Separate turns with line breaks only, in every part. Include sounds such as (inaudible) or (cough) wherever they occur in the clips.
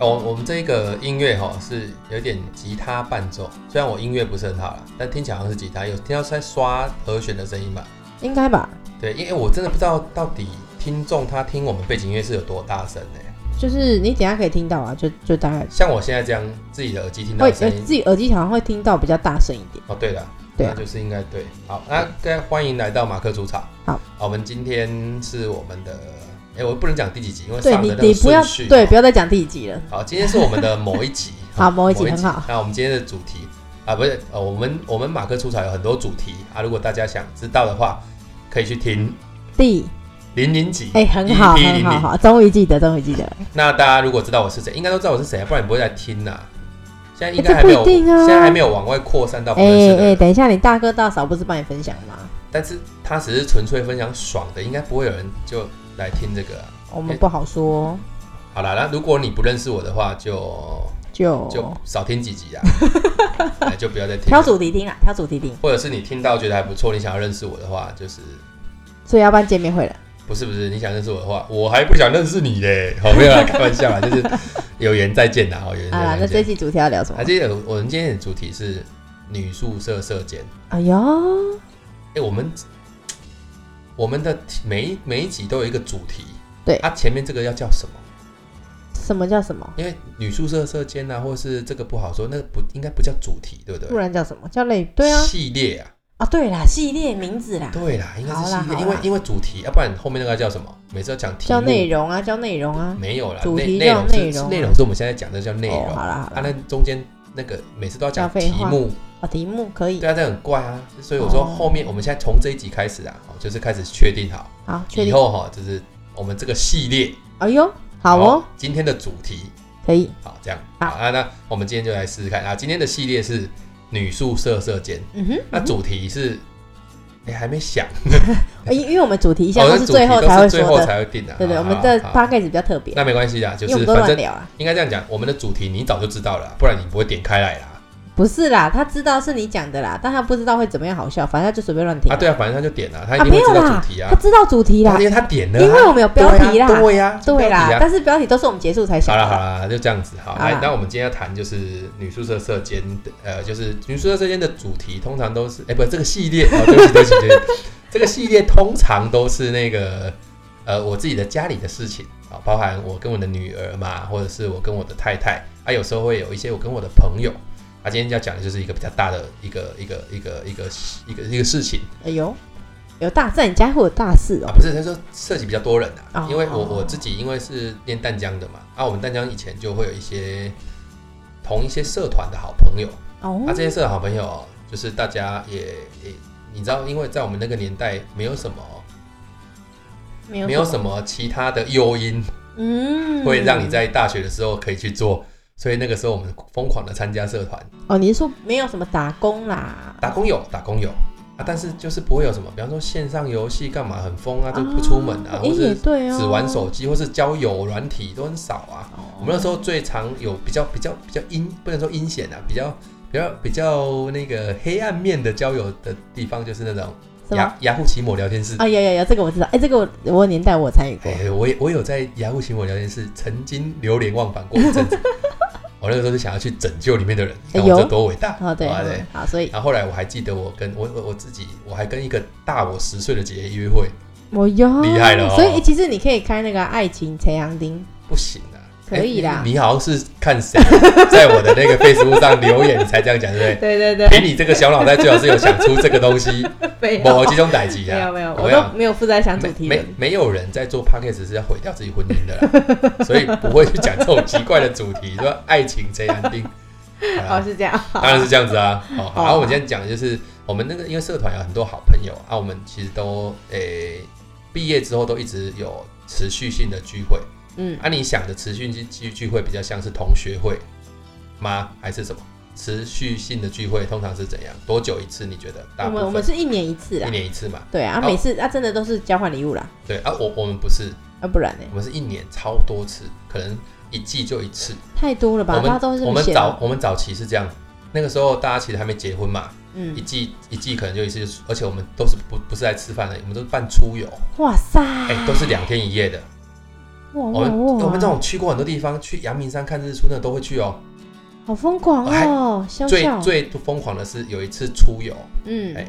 我哦我们这个音乐哈、是有点吉他伴奏，虽然我音乐不是很好啦，但听起来好像是吉他，有听到在刷和弦的声音吧？
应该吧？
对，因为我真的不知道到底听众他听我们背景音乐是有多大声呢、
就是你等一下可以听到啊，就就大概
像我现在这样自己的耳机听到
会
的声音
呃，自己耳机好像会听到比较大声一点。
哦，对了，
对啊
那就是应该对。好，那该欢迎来到马克主场。
好
我们今天是我们的，哎、我不能讲第几集，因为
对
上
你
的那
你
个
不要
顺序。哦
对不要再讲第几集了，，
好，今天是我们的某一集
(laughs) 好某一集很好
那我们今天的主题啊，不是，呃，我们我们马克出草有很多主题啊，如果大家想知道的话，可以去听
第
零零集，，E
哎、很好
EP
很好好，终于记得终于记得了，
那大家如果知道我是谁，应该都知道我是谁，不然你不会再听呐、现在应该
哎这
还没有，
不一定啊
现在还没有往外扩散到不
哎
认识
哎、
的人。
等一下，你大哥大嫂不是帮你分享吗？
但是他只是纯粹分享爽的，应该不会有人就来听这个啊、
我们不好说，
好啦，那如果你不认识我的话，就
就
就少听几
(laughs)
集啊，哎就不要再听。
挑主题听啦，啊挑主题听，
或者是你听到觉得还不错，你想要认识我的话，就是
所以要办见面会了。
不是不是你想认识我的话，我还不想认识你
(laughs)
嘞。好，没有啦，开玩笑啦，就是有缘再见啦，好，有缘
啊，
再
那这一
见。
集主题要聊什么
还？记得我们今天的主题是女宿舍射箭。
哎呦，
哎、我们我们的每一每一集都有一个主题，
对
啊，前面这个要叫什么？
什么叫什么？
因为女宿舍射箭啊，或是这个不好说，那个不应该不叫主题，对不
不
对？
然叫什么叫类？对啊，
系列啊，
啊对啦，系列名字啦，
对啦，应该是系
好啦
列，
好啦
因为因为主题，要、啊不然后面那个叫什么？每次要讲题目
叫内容啊，叫内容啊。
没有啦，
主题
内
叫
内容
内容
是
啊
内容是我们现在讲的叫内容，
哦，好啦好
啊，
啦，
那中间那个每次都要讲
讲废
题
话
目，
啊题目可以
对，啊，这很怪啊，所以我说
哦
后面、我们现在从这一集开始啊，哦就是开始确定好，
好确
以
定。
后哈、就是我们这个系列，
哎呦，好哦，，
今天的主题
可以，
好，这样好
好
啊，那我们今天就来试试看啊。今天的系列是女宿舍射箭，
嗯哼，
那主题是，哎、还没想，哦
呃因因为我们主题一
一
向都是最后才会
最
说
后
的，
才会定的、啊。
对对，
好
我们的
好
p o d c a s 比较特别，
那没关系啦，就
因为我
是
们都
反
乱
正
聊啊。
应该这样讲，我们的主题你早就知道了啦，啊不然你不会点开来啦。
不是啦，他知道是你讲的啦，但他不知道会怎么样好笑，反正他就随便乱听
啊，。对啊，反正他就点了，他一
啊
定
没
会
有
知道
啦
主题啊
他，知道主题啦
因，为他点了啊，
因为我们有标题
对
啦
啊，对呀、是
对
标
啦
题，啊
但是标题都是我们结束才想
好
的
啦好
啦。
啦，就这样子好。
好啦
来，那我们今天要谈就是女宿舍射间的，呃，就是女宿舍射间的主题通常都是，哎、不，这个系列，哦，对不起对不起对不起， (laughs) 这个系列通常都是那个，呃，我自己的家里的事情啊、包含我跟我的女儿嘛，或者是我跟我的太太，啊，有时候会有一些我跟我的朋友。啊，今天要讲的就是一个比较大的一个一个一个一个一个一个事情
哎呦，有大在你家会有大事
啊
哦，，
不是，他说涉及比较多人啊，
哦
因为我我自己因为是念淡江的嘛，啊，我们淡江以前就会有一些同一些社团的好朋友，啊，
哦
这，些社团好朋友就是大家也也你知道，因为在我们那个年代没有什么
没有
没有什，么其他的诱因
嗯，
会让你在大学的时候可以去做，所以那个时候我们疯狂的参加社团，
哦，你是说没有什么打工啦？
打工友打工友啊，但是就是不会有什么，比方说线上游戏干嘛很疯啊，就不出门啊，
哎
或
也
是
对哦，
只玩手机或是交友软体都很少啊。
哦。
我们那时候最常有比较比较比较阴，不能说阴险啊，比较比较比较那个黑暗面的交友的地方，就是那种
什么
雅雅虎奇摩聊天室。
啊，有有有，这个我知道，哎、这个我我年代我有参与过，
哎、我也我有在雅虎奇摩聊天室曾经流连忘返过一
(laughs)
阵子。我那个时候就想要去拯救里面的人，你看
哎
我
呦
这多伟大！
哦对
好吧对
嗯。好，所以
然后后来我还记得我跟我我我自己，我还跟一个大我十岁的姐姐约会，
我哟
厉害了哦
所以、哎其实你可以开那个爱情培养丁，
不行啊。
可以啦
哎你你好像是看谁啊在我的那个 Facebook 上留言，你才这样讲对不对？
对对
凭，你这个小脑袋，最好是有想出这个东西，
(laughs) 没有
某几种代际
没
啊
有，没有，
有
我都没有负责想主题
没
的，
没有人在做 podcast 是要毁掉自己婚姻的啦，所以不会去讲这种奇怪的主题，说爱情谁
(laughs)
安定，好
哦
啦
是这样，好
啊当然是这样子啊。好，
好
然后我们今天讲的就是我们那个因为社团有很多好朋友啊，我们其实都诶毕业之后都一直有持续性的聚会
嗯，
(laughs) 啊。你想的持续性聚聚会比较像是同学会吗？还是什么？持续性的聚会通常是怎样？多久一次？你觉得？大
我
部
们
分
我们是一年一次啦
一，年一次嘛？
对啊，
好
每次啊真的都是交换礼物啦，
对啊，我我们不是，
要、不然呢、
我们是一年超多次，可能一季就一次。
太多了吧，
我
大家都
们
是
我
这么
们
闲
早
啊，
我们早期是这样，那个时候大家其实还没结婚嘛，一
嗯，
季一季可能就一次，而且我们
啊
都是不不是来吃饭的，我们都是办出游，
哇塞，
哎、都是两天一夜的。
哇
我们
哇哇！
我们这种去过很多地方，去阳明山看日出那都会去哦。
好疯狂哦，笑
哎最
笑，
最疯狂的是有一次出游，
嗯 (laughs)
哎，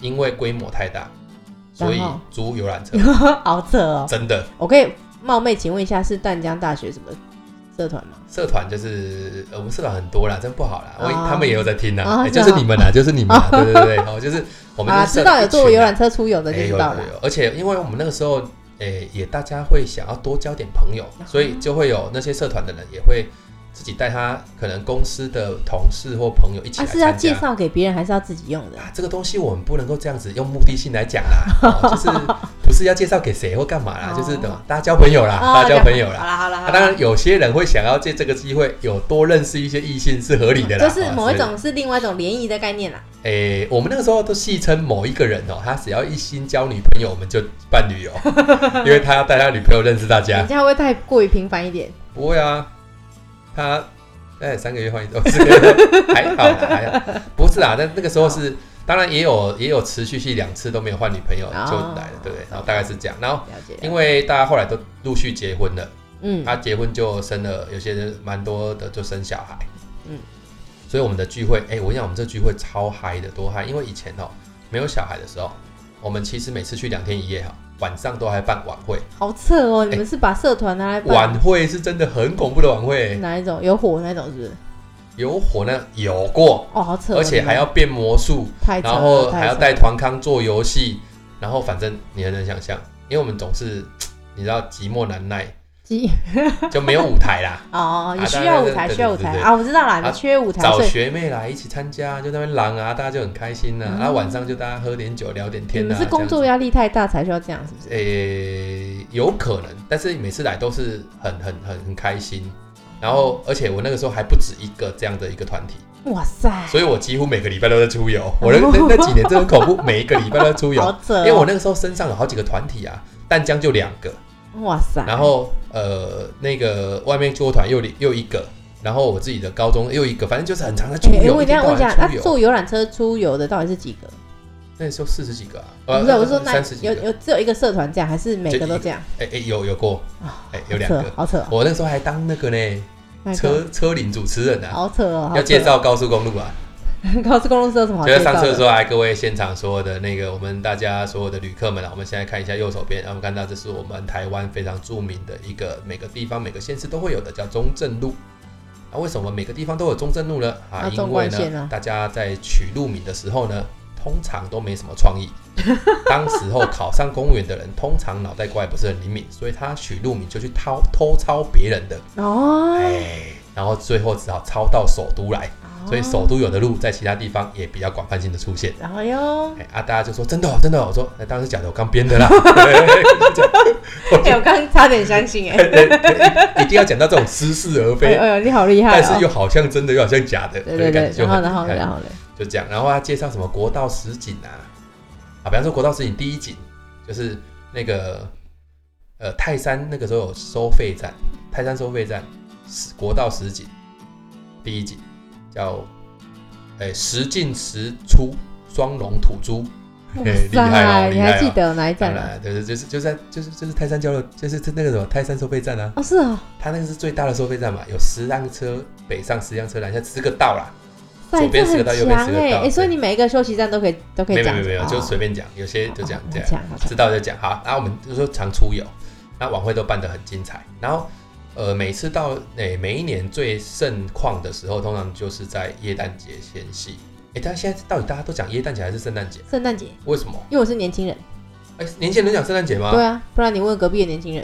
因为规模太大，所以
然后
租游览
(laughs)
车，
好扯哦。
真的。
我可以冒昧请问一下，是淡江大学什么社团吗？
社团就是呃我们社团很多啦，真不好啦。我、
哦
他们也有在听啦，
哦
哎
是
就
啊
是你们啦，就是你
(laughs)
们啦，对对对，哦，就是我们
好啦，
就是社
啊知道有
一群
坐游
啦
览车出游的就
哎
知
有
道
有
了。啊
有，而且因为我们那个时候，诶、也大家会想要多交点朋
啊
友，所以就会有那些社团的人也会自己带他可能公司的同事或朋友一起
啊，
来
是要
参
介
加。
绍给别人，还是要自己用的？
啊，这个东西我们不能够这样子用目的性来讲
(laughs)
啦、哦就是不是要介绍给谁或干嘛
哦
啦，就是等大家交朋友啦，
啊
大家交朋友
好
啦。
啦好啦，好
啊、
啦
当然，有些人会想要借这个机会有多认识一些异性是合理的啦，
就是
哦
某一种是另外一种联谊的概念啦。
诶、我们那个时候都戏称某一个人哦，他只要一心交女朋友，我们就办
(laughs)
旅游，因为他要带他女朋友认识大家
人。家会不会太过于频繁一点？
不会啊，他哎三个月换一周，四个月还好啦还好，不是啊，但那个时候是当然也有也有持续性两次都没有换女朋友
哦
就来了，对不对？然后大概是这样，然后。
了解了解，
因为啊大家后来都陆续结婚了，
啊嗯
他、结婚就生了，有些人蛮多的就生小孩，
嗯
嗯，所以我们的聚会，哎、我跟你讲，我们这聚会超嗨的，多嗨！因为以前哦没有小孩的时候，我们其实每次去两天一夜哈，晚上都还办晚会，
好扯哦，你们是把社团拿来办
哎晚会是真的很恐怖的晚会，
哪一种有火那种是不是？
有火呢有过，
哦，好扯哦，
而且还要变魔术，
太扯了
然后还要
太扯了
带团康做游戏，然后反正你很难想象，因为我们总是你知道寂寞难
(laughs)
耐，
鸡
就没有舞台
(laughs)
啦。
哦，也
啊
需要舞
当然
台，
对
需要舞
对
台
对对
啊，我知道啦，你
啊
缺舞台，
找
所以
学妹来一起参加，就在那边狼啊，大家就很开心呐、啊。
嗯
晚上就大家喝点酒，聊点
你
天啊。
们是工作
呀？
压力太大才需要这样，是不是？
诶、有可能，但是每次来都是很很很很开心。然后，而且我那个时候还不止一个这样的一个团体，
哇塞，
所以我几乎每个礼拜都在出游。我那那那几年真的很恐怖，每一个礼拜都在出游，
好扯
因
哦，
为我那个时候身上有好几个团体啊，淡江就两个，
哇塞，
然后呃那个外面做团又又一个，然后我自己的高中又一个，反正就是很常在出
哎，
游。
我
一
这
天
样
到
问一
晚
下，那
出游。
坐游览车出游的到底是几个？
那时候四十几个啊，
不是，我是说那
三十几
有
个，
有只有一个社团这样，还是每个都这样？
哎哎有有过，哎有两
啊好
个
扯，，好扯哦，
我那时候还当那个呢
那个
车车领主持人啊，
好扯哦，好
要
扯
介
哦。
绍高速公路啊，
(laughs) 高速公路是有什么好
就
介
在
绍
上车的时
的？
候，哎各位现场所有的那个我们大家所有的旅客们啊，我们现在看一下右手边，然后看到这是我们台湾非常著名的一个每个地方每个县市都会有的叫中正路。啊，为什么每个地方都有中正路呢？啊，
啊
因
纵
为
贯线
呢，
啊
大家在取路名的时候呢，通常都没什么创意。当时候考上公务员的人，通常脑袋瓜也不是很灵敏，所以他取路名就去偷偷抄别人的，
哦，
哎，然后最后只好抄到首都来。所以首都有的路在其他地方也比较广泛性的出现。
哦然后哟，
哎、啊，大家就说真的、哦，真的、哦，我说那、当然是假的，我刚编的
(laughs)
啦，对
哎，我刚刚差点相信哎，
一定要讲到这种似是而
哎
非，
哎呦，你好厉害
但是
哦！
又好像真的，又好像假的，
对对
感
对
觉，就
然后
很
然后
厉害
然后
(laughs)
嘞，
就这样，然后他介绍什么国道十景啊，啊，比方说国道十景第一景就是那个呃泰山那个时候有收费站，泰山收费站十国道十景第一景叫哎、十进十出双龙吐珠，哎厉害哦，
你
厉害
还记
哦。
得有哪一
当
站啊吗？
然，就是就是就是在就是就是泰山交流，就是那个什么泰山收费站啊，
哦，是哦，
它那个是最大的收费站嘛，有十辆车北上，十辆车南下，十个道啦，
塞
左边
这
四个
很
道右边四
强
个
哎
道
哎，所以
对
你每一个休息站都可以都可
没有
以讲
没
什
有
么，
没有，就
哦
随便讲，有些就这样
哦
这
很
样。
强好强
知道就讲好，然后我们就说常出游，那晚会都办得很精彩，然后呃每次到诶、每一年最盛况的时候，通常就是在耶诞节前夕。诶，但现在到底大家都讲耶诞节还是圣诞节？
圣诞节，
为什么？
因为我是年轻人，
诶，年轻人讲圣诞节吗？
对啊，不然你问隔壁的年轻人，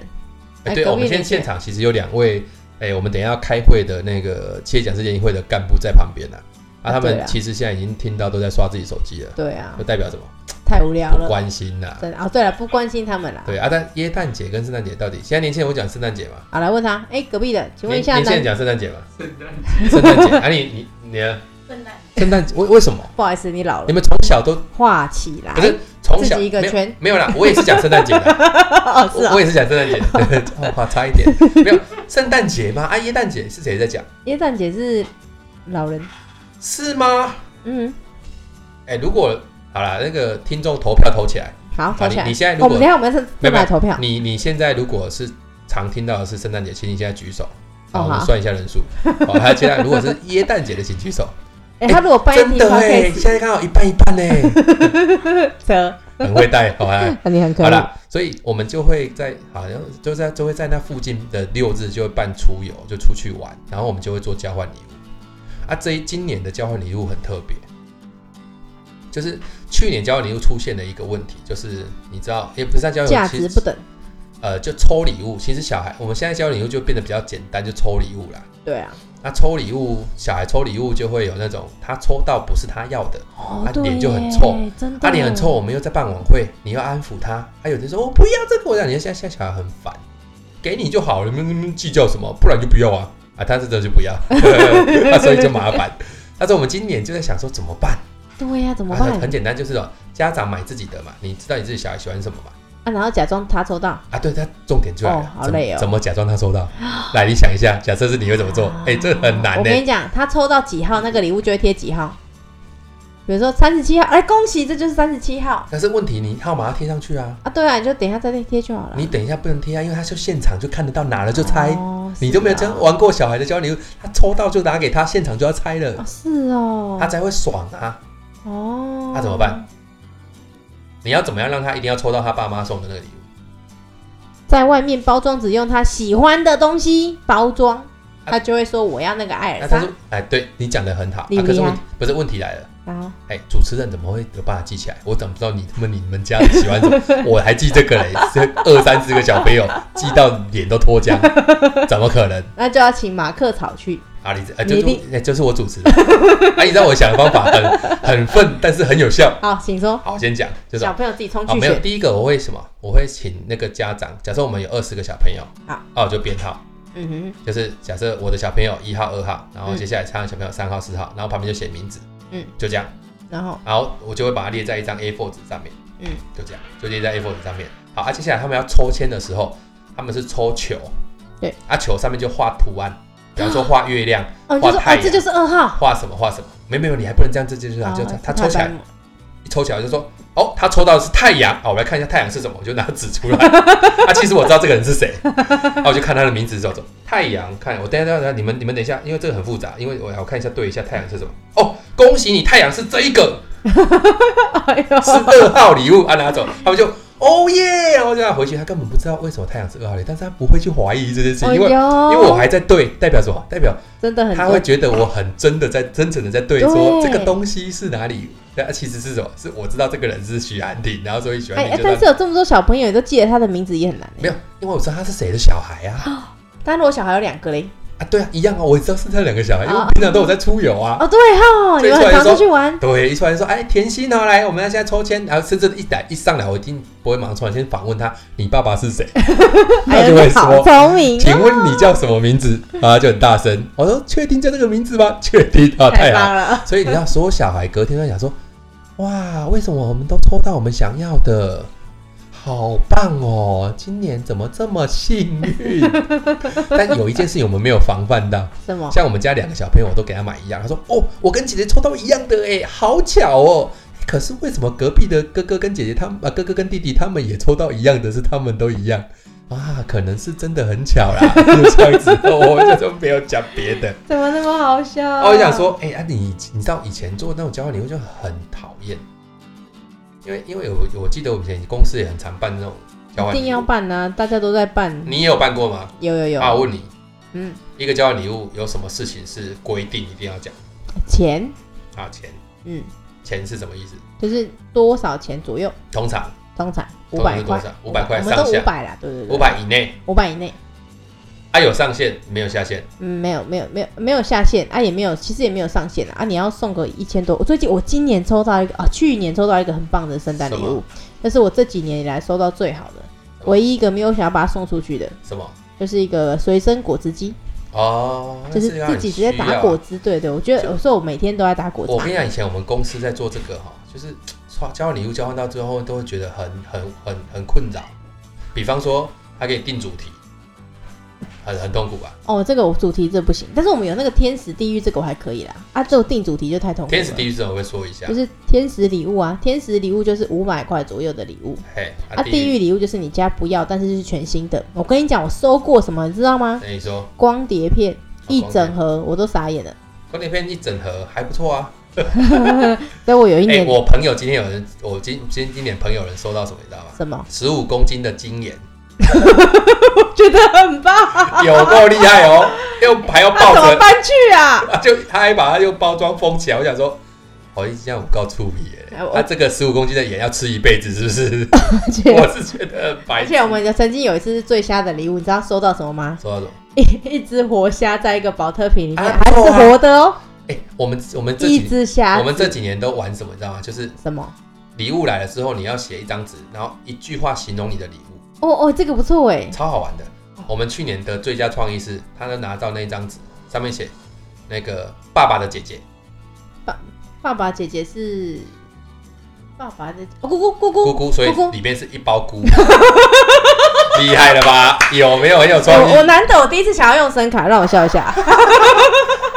诶
哎
对，啊哦我
隔壁
们现在
年轻
现
人
场其实有两位，诶，我们等一下要开会的那个企业讲师建议会的干部在旁边呢、啊，
啊
他
对
们
啊
其实现在已经听到都在刷自己手机了，
对啊
就，代表什么？
太无聊
不
了，
关心呐、
真的哦，对了，不关心他们啦。
对啊，但耶诞节跟圣诞节到底，现在年轻人会讲圣诞节吗？
好，来问他，哎，隔壁的，请问一
年
下
年轻人
男，
讲圣诞节吗？圣诞节，啊你你你呢，
笨蛋，
圣诞节为为什么？
不好意思，你老
你
了，
们从小都
画起来
不，是从
自
小
己一个
没有
圈，
没有啦，我也是讲圣诞节
(laughs)
的，
哦，是
我
哦
我，也是讲圣诞节， (laughs) 哦，好差一点，没有圣诞节吗？啊，耶诞节是谁在讲？
耶诞节是老人，
是吗？
嗯，
哎，如果好啦，那个听众投票投起来，
好，
好，
啊投
你
起来哦
你。现在如
我们等
果
一下我们要上
没有嗯
上来投票，
你你现在如果是常听到的是圣诞节，请你现在举手，
哦
好，我们
好
算一下人
(laughs)
数。好，还有其他如果是耶诞节的，请举手。
哎、他如果办一
真
题
的
p
哎，
o
现在刚好一半一半呢，
车，
很会带，好来。
那你很可
好
爱。
啦，所以我们就会在好像就在就会在那附近的六日就会办出游，就出去玩，然后我们就会做交换礼物。啊，这一今年的交换礼物很特别，就是去年交换礼物出现的一个问题，就是你知道，也不是在交
价
换礼
值
物，
不等，
呃，就抽礼物。其实小孩我们现在交换礼物就变得比较简单，就抽礼物啦。
对啊，
那抽礼物，小孩抽礼物就会有那种他抽到不是他要的，
哦
他脸就很臭，
对耶真的，
他脸很臭，，我们又在办晚会，你要安抚他。还有人说我哦不要这个，我讲你现在现在小孩很烦，给你就好了，你们你们计较什么？不然就不要啊啊！他这个就不
(laughs)
要， (laughs) 那所以就麻烦。但是我们今年就在想说怎么办？
对呀、怎么
啊
办
很？很简单，就是哦，家长买自己的嘛，你知道你自己小孩喜欢什么嘛？
啊，然后假装他抽到，
啊，对，他重点就来了，
哦好
怎么
累哦
怎么假装他收到？来，你想一下，假设是你会怎么做？哎、这很难
啊我
呢、
跟你讲，他抽到几号，那个礼物就会贴几号。比如说三十七号，哎，恭喜，这就是三十七号
但是问题你号码要贴上去啊，
啊！对啊，你就等一下再贴就好了。
你等一下不能贴啊，因为他就现场就看得到，拿了就拆。
哦
你就没有
是
真
啊
玩过小孩的交换礼物，他抽到就拿给他，现场就要拆了，
哦，是哦，
他才会爽啊！
哦，
他怎么办？你要怎么样让他一定要抽到他爸妈送的那个礼物？
在外面包装只用他喜欢的东西包装，他就会说我要那个艾
啊那
尔
他
莎
说，哎，对你讲的很好，
厉
啊
不
可是
厉
问
害
不是问题来了，
然后
哎，主持人怎么会有办法记起来？我怎么知道你他们你们家喜欢什么？我还记这个
(laughs)
嘞，这二三十个小朋友记到脸都脱
(laughs)
缰，怎么可能？
那就要请马克草去。
啊，你这哎，
你
就
一
是我哎就是我主 (laughs) 持人，哎，你知道我想的方法很很笨，但是很有效。
好，请说，
好，我先讲，就是
小朋友自己冲
哦，
去
没有，
选。
第一个我会什么？我会请那个家长，假设我们有二十个小朋友，
好，
哦，我就编号，
嗯
就是假设我的小朋友一号、二号，然后
嗯
接下来他的小朋友三号、四号，然后旁边就写名字，
嗯，
就这样，
哼，然后
然后我就会把它列在一张 A4 纸上面，
嗯，
就这样，就列在 A4 纸上面。好，啊，接下来他们要抽签的时候，他们是抽球，
对，
啊，球上面就画图案，比方说画月亮，
哦，你就说
画太
哦，
阳
这就是二号。
画什么画什么，没有没有，你还不能这样，这就是啊，就这样他抽起来
哦，
一抽起来我就说，哦，他抽到的是太阳，哦好，我来看一下太阳是什么，我就拿纸出来。 (laughs) 啊，其实我知道这个人是谁，啊，我就看他的名字走走，太阳，看我等一下等一下，你们你们等一下，因为这个很复杂，因为我我看一下对一下太阳是什么。哦，恭喜你，太阳是这一个，
(laughs) 哎呦，
是二号礼物啊，拿走，他们就。哦耶！然后这样回去，他根本不知道为什么太阳是二号礼物，但是他不会去怀疑这件事，
哎
因为因
呦，
为我还在对，代表什么？代表
真的很
他会觉得我很真的在 (laughs) 真诚的在对
对
说这个东西是哪里，但其实是什么？是我知道这个人是许安婷，然后所以许安
哎
婷
哎，
就
但
让
是有这么多小朋友，你都记得他的名字也很难。欸
没有，因为我知道他是谁的小孩
哦
啊
但如果小孩有两个嘞，
啊，对啊，一样啊，我知道是他两个小孩，因为我
哦
平常都有在出游啊。
哦对哈，
所
你
以
们
出
很
来
常
就
出去玩，
对，一出来就说，哎，甜心哦，来，我们要现在抽签，然后甚至一来一上来，我一定不会马上出来，先访问他，你爸爸是谁？
(laughs) 哎
他
呦，
就会
你好
说，
聪明哦，
请问你叫什么名字？啊，就很大声，我说确定叫这个名字吗？确定啊，太
太
好了。
棒了，
所以你知道，所有小孩隔天都在想说：“哇，为什么我们都抽到我们想要的？好棒哦！今年怎么这么幸运？”但有一件事情我们没有防范到，
什么？
像我们家两个小朋友，我都给他买一样。他说：“哦，我跟姐姐抽到一样的，哎，好巧哦。”可是为什么隔壁的哥哥跟姐姐他们啊，哥哥跟弟弟他们也抽到一样的，是他们都一样啊？可能是真的很巧啦，就这样子。哦，我就没有讲别的。
怎么那么好笑？
啊我就想，说，哎、啊你你知道以前做那种交换礼物就很讨厌，因为因为我我记得我们以前公司也很常办那种交
一
换
定
礼
要
物，
办啊，大家都在办，
你也有办过吗？
有有有，
啊，我问你，
嗯，
一个交换礼物有什么事情是规定一定要讲
钱，
啊？钱
嗯，
钱是什么意思？
就是多少钱左右，
通常
通常
通
五
常
百
是多
块，
少？五百块
我们都
上
五
下，
百啦，对对对，
五百以内，
五百以内，
啊有上限没有下限？
嗯，没有没有没有没有下限啊，也没有，其实也没有上限啊，啊，你要送个一千多，我最近我今年抽到一个啊，去年抽到一个很棒的圣诞礼
什么哦
物，那是我这几年以来收到最好的，
么
唯一一个没有想要把它送出去的，
什么？
就是一个随身果汁机，
哦，
就是
那这个很
自己直接
需要
打
啊
果汁，对对，我觉得有时候我每天都在打果汁
我，跟你讲，以前我们公司在做这个哈，就是交交换礼物交换到最后，都会觉得很很很很困扰。比方说，他给你定主题，很很痛苦吧？
哦，这个我主题这不行，但是我们有那个天使地狱，这个我还可以啦。啊，只有定主题就太痛苦了。啊
天使地狱是什啊么？我会说一下
就。是天使礼物啊，天使礼物就是五百块左右的礼物。
嘿，
啊，地狱礼物就是你家不要，但是是全新的。我跟你讲，我收过什么，你知道吗？
那你说
光碟片一
哦光碟
整盒，我都傻眼了。
光碟片一整盒还不错啊。
所以我有一
哎、
年、
我朋友今天有人，我今今今年朋友有人收到什么，你知道吗？(laughs)
什么，
十五公斤的金
(laughs)
眼，
我觉得很棒，
有够厉害哦！又还要
那
抱
怎么
着，
搬去啊？
(laughs) 就他还把它用包装封起来。我想说，好意思，这样我告醋皮耶。
哎我
他、这个十五公斤的盐要吃一辈子，是不
(laughs)
是？
而且
(laughs) 我是觉得很白
啊而
痴。
且我们曾经有一次是最瞎的礼物，你知道收到什么吗？ (laughs)
说到什么？
一一只活虾在一个保特瓶里面，
啊
还是活的哦，
哎、我们我们这
一
几
只虾子。
我们这几年都玩什么，你知道吗？就是
什么？
礼物来了之后，你要写一张纸，然后一句话形容你的礼物，
哦哦，这个不错哎，
超好玩的。我们去年的最佳创意是，他都拿到那张纸，上面写那个爸爸的姐姐，
爸爸姐姐是爸爸的、哦、姑姑姑
姑
姑。
姑，所以
姑姑
里面是一包菇， (laughs) 厉害了吧？有没有很有创意
我？我难得我第一次想要用声卡，让我笑一下。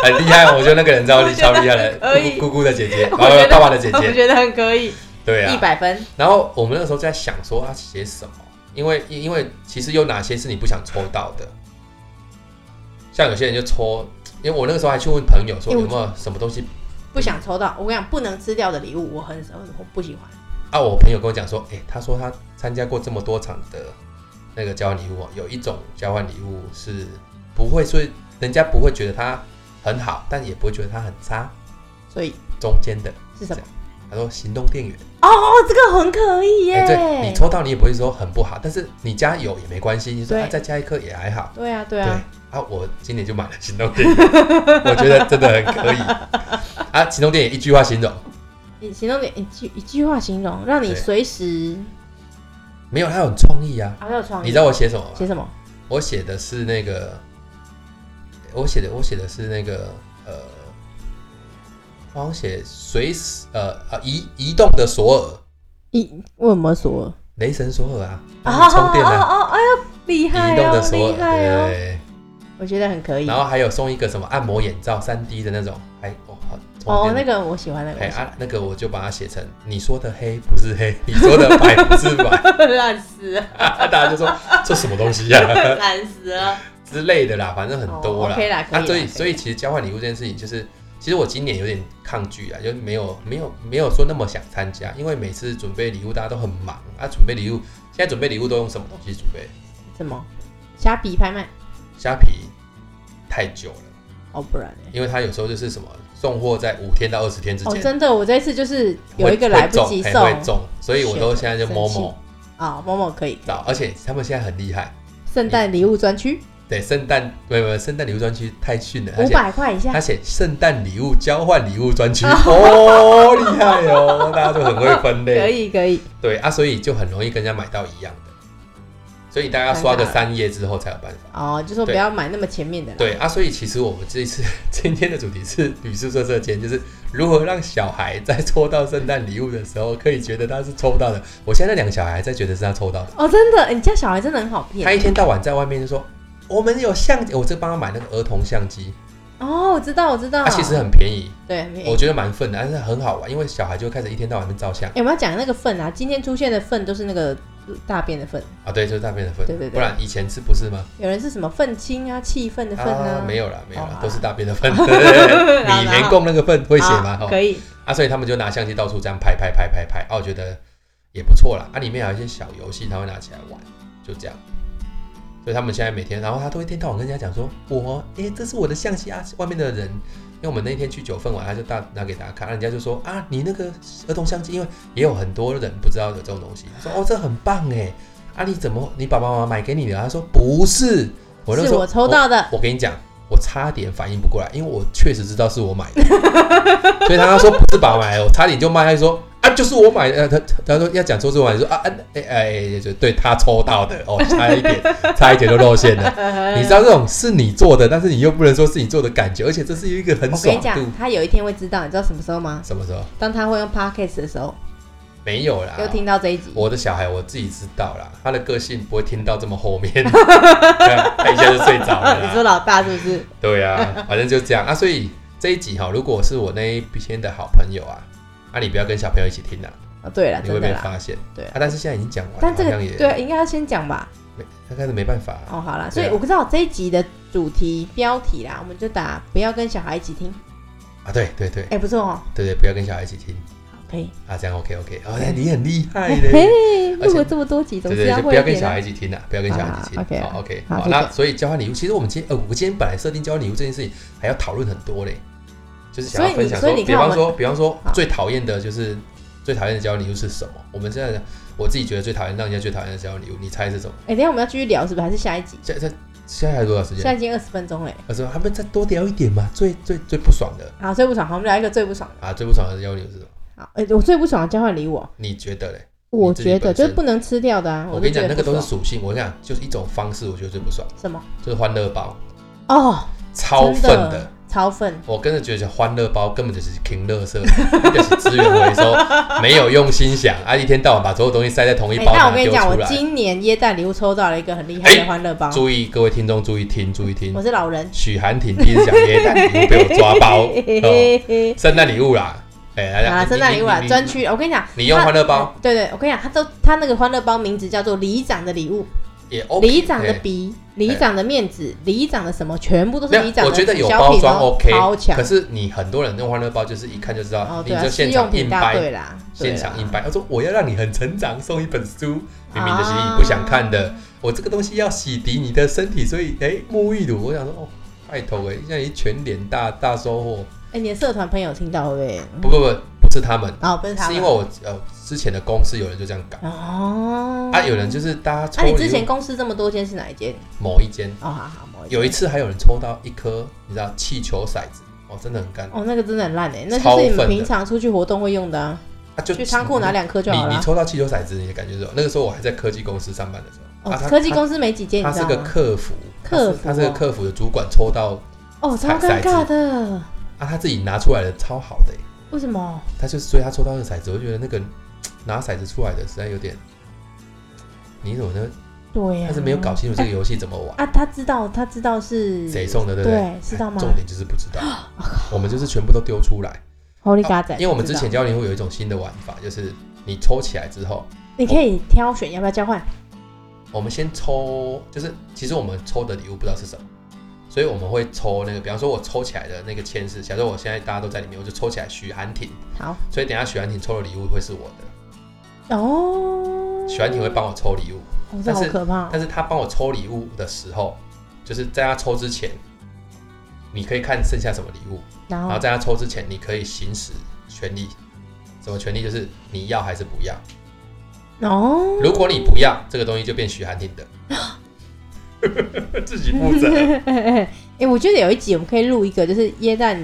很厉害，我觉得那个人超厉
我觉
超
得
厉害的，
可以
姑姑姑姑的姐姐，
我
然
觉
后
得
爸爸的姐
(laughs) 我
姐，
觉得很可以，
对
一
啊。
百分。
然后我们那时候在想说要写什么，因为因因为其实有哪些是你不想抽到的，像有些人就抽，因为我那个时候还去问朋友说
因
有
为我
没有什么东西
不想抽到，我跟你讲，不能吃掉的礼物，我很我不喜欢。
啊，我朋友跟我讲说，诶，他说他参加过这么多场的那个交换礼物哦，有一种交换礼物是不会说人家不会觉得它很好，但也不会觉得它很差，
所以
中间的。
是什么？
他说行动电源，
哦哦，这个很可以耶。
诶，对哎你抽到你也不会说很不好，但是你家有也没关系，你说、
对
啊、再加一颗也还好。
对啊，对
对
啊。
啊，我今年就买了行动电源，我觉得真的很可以啊。行动电源一句话形容，
你形容点一句一句话形容，让你
对
随时
没有，它很创意啊。
好有创意。
你知道我写什么吗？
写什么？
我写的是那个，我写的我写的是那个呃，我好像写随时呃呃移移动的索尔，
一为什么说？
雷神索尔啊，
哦
帮你充电啊，
哦哦，哎呦，厉害
移动
哦
的，索
厉
尔，
害
对
哦，
对
我觉得很可
对。
以。
然后还有送一个什么按摩眼罩，三 D 的那种，还哦好充
哦，
电的
那个我喜欢那
哎
个
啊，那个我就把它写成你说的黑不是黑，你说的白不是白， (laughs) 啊
我喜欢，烂死了，
大家就说这什么东西呀、啊
烂死了。
(laughs) 之类的啦，反正很多啦。
哦，OK 啦可以啦
啊，所
可以
以
啦
所以其实交换礼物这件事情，就是其实我今年有点抗拒啊，就是没有没有没有说那么想参加，因为每次准备礼物大家都很忙啊，准备礼物现在准备礼物都用什么东西准备？
什么？虾皮拍卖？
虾皮太久了，
哦，不然呢？
因为它有时候就是什么送货在五天到二十天之
哦，
间。
真的，我这次就是
会
有一个来不及
会
送
中哎会中，所以我都现在就
生
摸
气
摸
啊，某某可以。
找，而且他们现在很厉害，
圣诞礼物专区
对圣诞没有没有圣诞礼物专区太逊了，而
五
且
百块以下
他，写圣诞礼物交换礼物专区， (laughs) 哦，厉害哦，大家都很会分
可
类，
以可以。
对啊，所以就很容易跟人家买到一样的，所以大家刷个三页之后才有办法。
哦，就说不
对
要买那么前面的啦。
对啊，所以其实我们这一次 (laughs) 今天的主题是女宿舍社间，就是如何让小孩在 (laughs) 抽到圣诞礼物的时候，可以觉得他是抽到的。我现在那两个小孩还在觉得是他抽到的，
哦，真的，你家小孩真的很好
他
骗。
一天到晚在外面就说我们有相机，我就帮他买那个儿童相机，
哦，我知道，我知道。
啊，其实很便宜，
对，没
我觉得蛮笨的，但是很好玩，因为小孩就开始一天到晚在照相
欸我们要讲那个粪啊，今天出现的粪都是那个大便的粪，
啊，对，就是大便的粪，
对对对
不然以前是不是吗？
有人是什么粪青啊、气粪的粪啊，
没有啦，没有啦
哦，
都是大便的 (laughs) 粪，对对对
好
米田共那个粪会写吗？
好
哦
可以，
啊，所以他们就拿相机到处这样拍拍拍拍拍，哦、我觉得也不错啦，啊，里面还有一些小游戏，他会拿起来玩，就这样。所以他们现在每天，然后他都一天到晚跟人家讲说，我，诶，这是我的相机啊，外面的人。因为我们那天去九份玩，他就大拿给大家看，啊人家就说啊，你那个儿童相机，因为也有很多人不知道有这种东西，说哦，这很棒哎，啊，你怎么你爸爸妈妈买给你的？他说不是，我那时
是
候
我抽到的，
我跟你讲，我差点反应不过来，因为我确实知道是我买的， (laughs) 所以他说不是爸爸买的，我差点就骂他说啊，就是我买的。呃他他说要讲说是我买的，说啊啊哎哎，就对他抽到的哦，差一点，差一点就露馅了。
呃
你知道这种是你做的，但是你又不能说是你做的感觉，而且这是一个很
我跟
爽
你
度。
讲，他有一天会知道，你知道什么时候吗？
什么时候？
当他会用 podcast 的时候，
没有啦，
又听到这一集，
啊我的小孩我自己知道啦，他的个性不会听到这么后面， (laughs) 对啊他一下就睡着了
(laughs) 你
啦。
说老大是不是？
对
(laughs)
啊，反正就这样啊。所以这一集哈、如果是我那一边的好朋友啊，啊，你不要跟小朋友一起听啦，
啊，对了，
你会
真的
被
啦。
发现。
对啊
啊，但是现在已经讲完了，
但这
好
个
像也
对，应该要先讲吧。
他开始没办法、
哦，好啦，所
对啊
以我不知道这一集的主题标题啦，我们就打不要跟小孩一起听。
啊。对对对
哎，不错哦，
对对，不要跟小孩一起听
好可以。
啊，这样 OK OK。哦，那你很厉害
嘿 (laughs)
嘞。
哎嘿，
而且
录了这么多集，总
对
是
对，就
会
不要跟
一点
小
啊
孩一起听啦，不要跟小孩一起听。
好好好
好 OK，
好
好，
谢谢
那所以交换礼物，其实我们今天呃，我今天本来设定交换礼物这件事情还要讨论很多嘞，就是想要
所以
分
你
享
所
说，
以你
比
看我
方
们
说，比方说
好
最讨厌的就是最讨厌的交换礼物是什么？我们现在我自己觉得最讨厌，让人家最讨厌的交换礼物，你猜是什么？
哎、等一下我们要继续聊是不是？还是下一集？
现在现在还有多少时
现在
间？
已经二十分钟嘞。
我说他们再多聊一点嘛，最最最不爽的
好，最不爽，好，我们聊一个最不爽的。
啊，最不爽的交换礼物是什么？
好，哎、我最不爽的交换礼物哦，
你觉得嘞？
我
你自己
觉得
本身
就是不能吃掉的啊。
我
就
跟你
觉
讲，
得
那个
不
都
爽
是属性。我跟你讲，就是一种方式，我觉得最不爽，
什么？
就是欢乐包，
哦，
超
真
粉的。，
超愤。
我跟着觉得欢乐包根本就是听乐色， (laughs) 就是资源回收，没有用心想啊！一天到晚把所有东西塞在同一
哎、
包
那
拿
我跟
丢
你讲，
出
我
来。哎
今年耶诞礼物抽到了一个很厉害的欢乐包。
注意各位听众，注意听，注意听
我。是老人，
许寒婷第一次讲耶诞礼物被我抓
(laughs)
包，哦圣诞礼物啦，哎，来
啊，
来，
圣诞礼物啊，
你
专。区。我跟你讲，
你用
它
欢乐包
哎对对，我跟你讲，他都他那个欢乐包名字叫做里长的礼物，
你也 OK，
里长的
哎
鼻，里长的面子，里长的什么，全部都
没
是
有
里长的
我觉得有
小
包
品
装
哦
OK，
超强
可。是你很多人用欢乐包，就是一看就知
哦
道，，你
对啊，
就
试
现
用
场
品
硬
大
掰，
队啦，对啊啦
现场硬掰。他说我要让你很成长，送一本书，明明就是
啊
你不想看的。我这个东西要洗涤你的身体，所以哎，沐浴乳，我想说哦，拜托哎，现在一全脸大大收获。
哎，你的社团朋友听到会不会？
不不不，不是他们，
哦，不是他
是
们，
因为我呃之前的公司有人就这样搞
哦，
啊，有人就是大家
啊，
抽
你之前
礼物
公司这么多间是哪一间？
某一间，
哦，好好，某
有一
间
次还有人抽到一颗你知道气球骰子，哦，真的很干，
哦，那个真的很烂哎，那
超
就是你
粉
们
的
平常出去活动会用的啊，
啊就
去仓库拿两颗就好
你你
了。啊
抽到气球骰子，你的感觉是什么？那个时候我还在科技公司上班的时候，
哦
啊，他
科技
他
公司没几间，
他
你知
是
道
个
吗？
客服，
客服
他是他是个
哦
客服的主管抽到
哦，超尴尬的，
啊，他自己拿出来的超好的欸、
为什么？
他就所以他抽到那个骰子，我就觉得那个拿骰子出来的实在有点，你怎么呢？
对呀，
他是没有搞清楚这个游戏怎么玩，
啊，他知道，他知道是
谁送的，对不对？
啊对，知道吗？
重点就是不知道，我们就是全部都丢出来，
狐狸嘎仔，
啊因为我们
不
之
知道
前交流会有一种新的玩法，就是你抽起来之后，
你可以挑选要不要交换，
我们先抽，就是其实我们抽的礼物不知道是什么，所以我们会抽那个，比方说我抽起来的那个签是，假设我现在大家都在里面，我就抽起来许寒婷，
好
所以等一下许寒婷抽的礼物会是我的，
哦，
许寒婷会帮我抽礼物，
哦，这好
但是
可怕哦，
但是她帮我抽礼物的时候，就是在她抽之前，你可以看剩下什么礼物，
然
然
后
后在她抽之前，你可以行使权利，什么权利就是你要还是不要，
哦， (laughs)
如果你不要这个东西就变许寒婷的，自己负责。
哎，我觉得有一集我们可以录一个，就是椰蛋，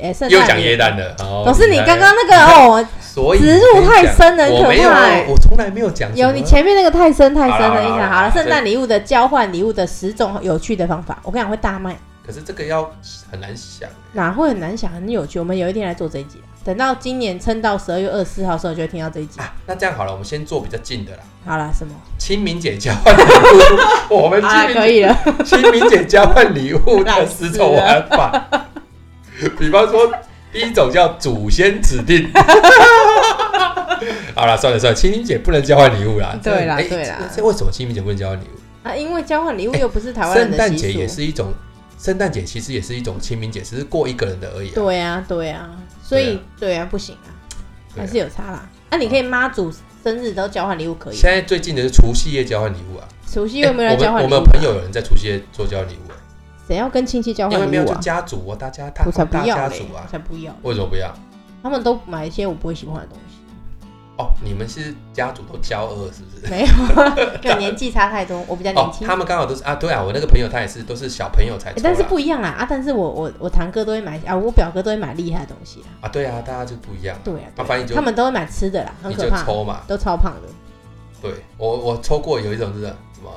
哎，圣诞
又讲椰蛋了，哦
老师，你刚刚那个哦，
所以
植入太深了很
我
可
没有
怕欸，
我从来没有讲什么
有你前面那个太深太深
好
了，
啦
印
好啦
象
好
好
啦
了。圣诞礼物的交换礼物的十种有趣的方法，我跟你讲会大卖，
可是这个要很难想欸，
哪会很难想，很有趣。我们有一天来做这一集，啊等到今年撑到十二月二十四号的时候，就会听到这一集。
啊。那这样好了，我们先做比较近的啦。
好了，什么？
清明节交换礼物，我们
啊，
清
可
明
以了。
清明节交换礼物
(laughs)
的十种玩法，比方说第一种叫祖先指定。 (laughs) 好了，算了算了，清明节不能交换礼物啦。
对啦
哎
对啦
这为什么清明节不能交换礼物？
啊，因为交换礼物又不是台湾人
圣
的
诞
习
节也
俗。
是一种，圣诞节其实也是一种清明节，只是过一个人的而已、啊。
对呀，对呀，所以对呀，不行啊，
对啊
还是有差啦。那你可以妈祖生日都交换礼物可以，
现在最近的是除夕夜交换礼物啊，
除夕又没有人
欸
交
我们我
换礼物
们
啊，
朋友有人在除夕夜做交换礼物、欸，
谁要跟亲戚交
因为
换
没有
礼物
就
啊？
家族啊，大家大
我才不
大
要欸
家
嘞
族，
我
啊，
才不要。
为什么不要？
他们都买一些我不会喜欢的东
(laughs)
西，
哦，你们是家族都交恶是不是？
没有，对，年纪差太多，我比较年
哦，
轻。
他们刚好都是啊，对啊，我那个朋友他也是都是小朋友才
欸
抽
但是
啦
不一样啦啊！但是我我我堂哥都会买啊，我表哥都会买厉害的东西啦。
啊，对啊，大家就不一样，
对啊，对
啊
啊
反正你就
他们都会买吃的啦，很
你
可
就
怕，
抽嘛。
都超胖的。
对我我抽过有一种是什么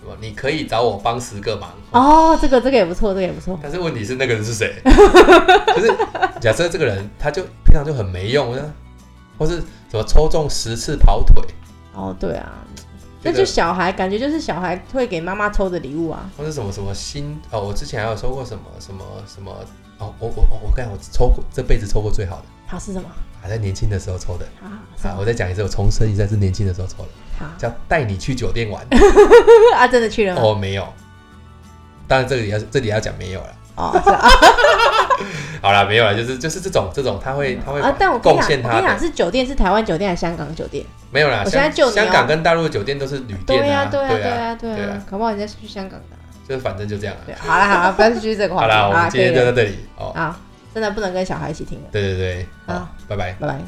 什么，你可以找我帮十个忙，
哦，这个这个也不错，这个也不错。
但是问题是 (laughs) 那个人是谁？就是假设这个人他就平常就很没用，我就或是什么抽中十次跑腿，
哦，对啊，
觉
那
得
就小孩感觉就是小孩会给妈妈抽的礼物啊。
或是什么什么新哦，我之前还有抽过什么什么什么哦，我我我我刚才我抽过这辈子抽过最好的，
它是什么？
还在年轻的时候抽的。
啊，什
啊，
么
我再讲一次，我重申一下，是年轻的时候抽的，
好
叫带你去酒店
(laughs)
玩。
啊，真的去了吗？
哦，没有，当然这里要这里要讲没有了。(laughs)
哦，是啊，
好啦，没有了，就是就是这种这种，他会他会
啊，但我跟你
贡
讲，
献
我跟
他
你讲
的啊
是酒店，是台湾酒店还是香港酒店？
没有啦。
我现在
香
就你
香
哦
港跟大陆的酒店都是旅
对
店啊，
对啊，
对
对
啊，
啊，对
对
啊
啊，
搞不好人家是去香港的啊。
就是反正就这样啊。
对，好了好了，不要继续这个话
好
题。
啦，我们今
啊可以
天就
了
到这里哦。
好，真的不能跟小孩一起听了。
对对对，好
好，
拜拜。
拜拜。